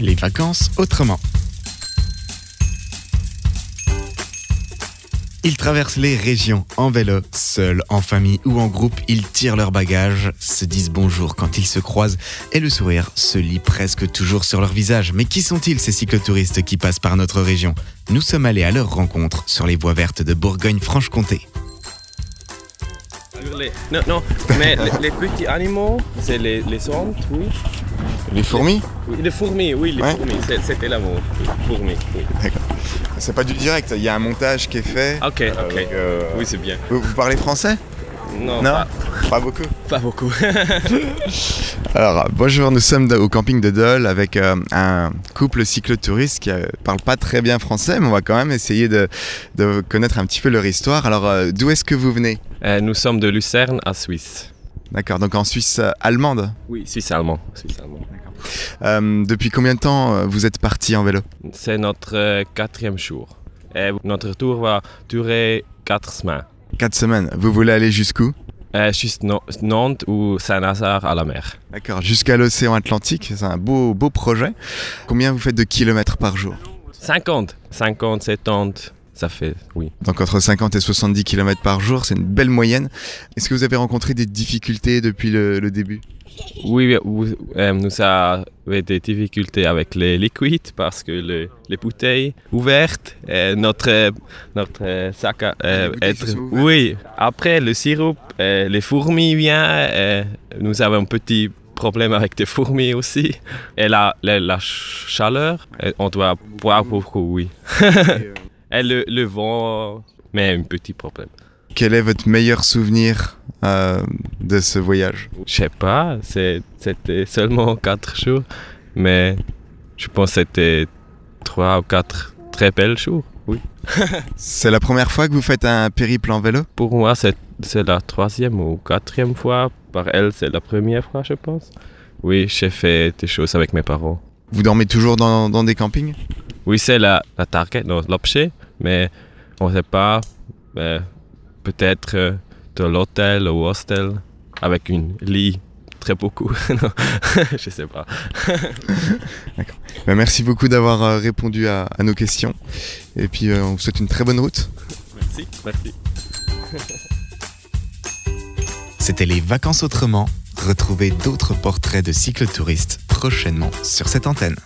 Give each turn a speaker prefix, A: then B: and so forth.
A: Les vacances autrement. Ils traversent les régions en vélo, seuls, en famille ou en groupe. Ils tirent leurs bagages, se disent bonjour quand ils se croisent et le sourire se lit presque toujours sur leur visage. Mais qui sont-ils ces cyclotouristes qui passent par notre région Nous sommes allés à leur rencontre sur les voies vertes de Bourgogne-Franche-Comté.
B: Alors, les- non, non, mais les, les petits animaux, c'est les, les ondes, oui.
C: Les fourmis
B: Oui, Les fourmis, oui, les
C: Ouais.
B: fourmis, c'est- c'était l'amour. oui, Fourmis, oui.
C: C'est pas du direct, il y a un montage qui est fait.
B: Ok,
C: Euh,
B: ok.
C: donc, euh,
B: Ah. Oui, c'est bien.
C: Vous, vous parlez français
B: Non,
C: Non
B: Pas,
C: Pas beaucoup.
B: pas beaucoup.
C: Alors euh, bonjour, nous sommes de- au camping de Dole avec euh, un couple cyclotouriste qui euh, parle pas très bien français, mais on va quand même essayer de, de connaître un petit peu leur histoire. Alors euh, d'où est-ce que vous venez
B: Euh, nous sommes de Lucerne à Suisse.
C: D'accord, donc en Suisse euh, allemande.
B: Oui, Suisse allemand. Suisse allemand.
C: Euh, depuis combien de temps euh, vous êtes parti en vélo
B: C'est notre euh, quatrième jour. Et notre tour va durer quatre semaines.
C: Quatre semaines. Vous voulez aller jusqu'où
B: Euh, juste No- Nantes ou Saint-Lazare à la mer.
C: D'accord, jusqu'à l'océan Atlantique, c'est un beau, beau projet. Combien vous faites de kilomètres par jour
B: 50, 50, 70, ça fait, oui.
C: Donc entre 50 et 70 km par jour, c'est une belle moyenne. Est-ce que vous avez rencontré des difficultés depuis le, le début
B: Oui, oui, oui, euh, nous avons des difficultés avec les liquides parce que le- les bouteilles ouvertes, euh, notre, euh, notre euh, sac à, euh,
C: Les bouteilles
B: être.
C: qui sont ouvertes.
B: Oui, après le sirop, euh, les fourmis viennent. euh, nous avons un petit problème avec des fourmis aussi. Et la, la, la ch- chaleur, euh, on doit boire beaucoup, oui.
C: euh,
B: Et le, le vent, mais un petit problème.
C: Quel est votre meilleur souvenir euh, de ce voyage
B: Je sais pas, c'est- c'était seulement 4 jours, mais je pense que c'était 3 ou 4 très belles jours. Oui.
C: C'est la première fois que vous faites un périple en vélo
B: Pour moi, c'est c'est la troisième ou quatrième fois. Par elle, c'est la première fois, je pense. Oui, j'ai fait des choses avec mes parents.
C: Vous dormez toujours dans, dans des campings
B: Oui, c'est la, la target, non, l'objet, mais on sait pas. euh, Peut-être euh, de l'hôtel ou hostel avec une lit très beaucoup. non, je sais pas.
C: Ben, Merci beaucoup d'avoir euh, répondu à, à nos questions. Et puis euh, on vous souhaite une très bonne route.
B: Merci, merci.
A: C'était les vacances autrement. Retrouvez d'autres portraits de cyclotouristes prochainement sur cette antenne.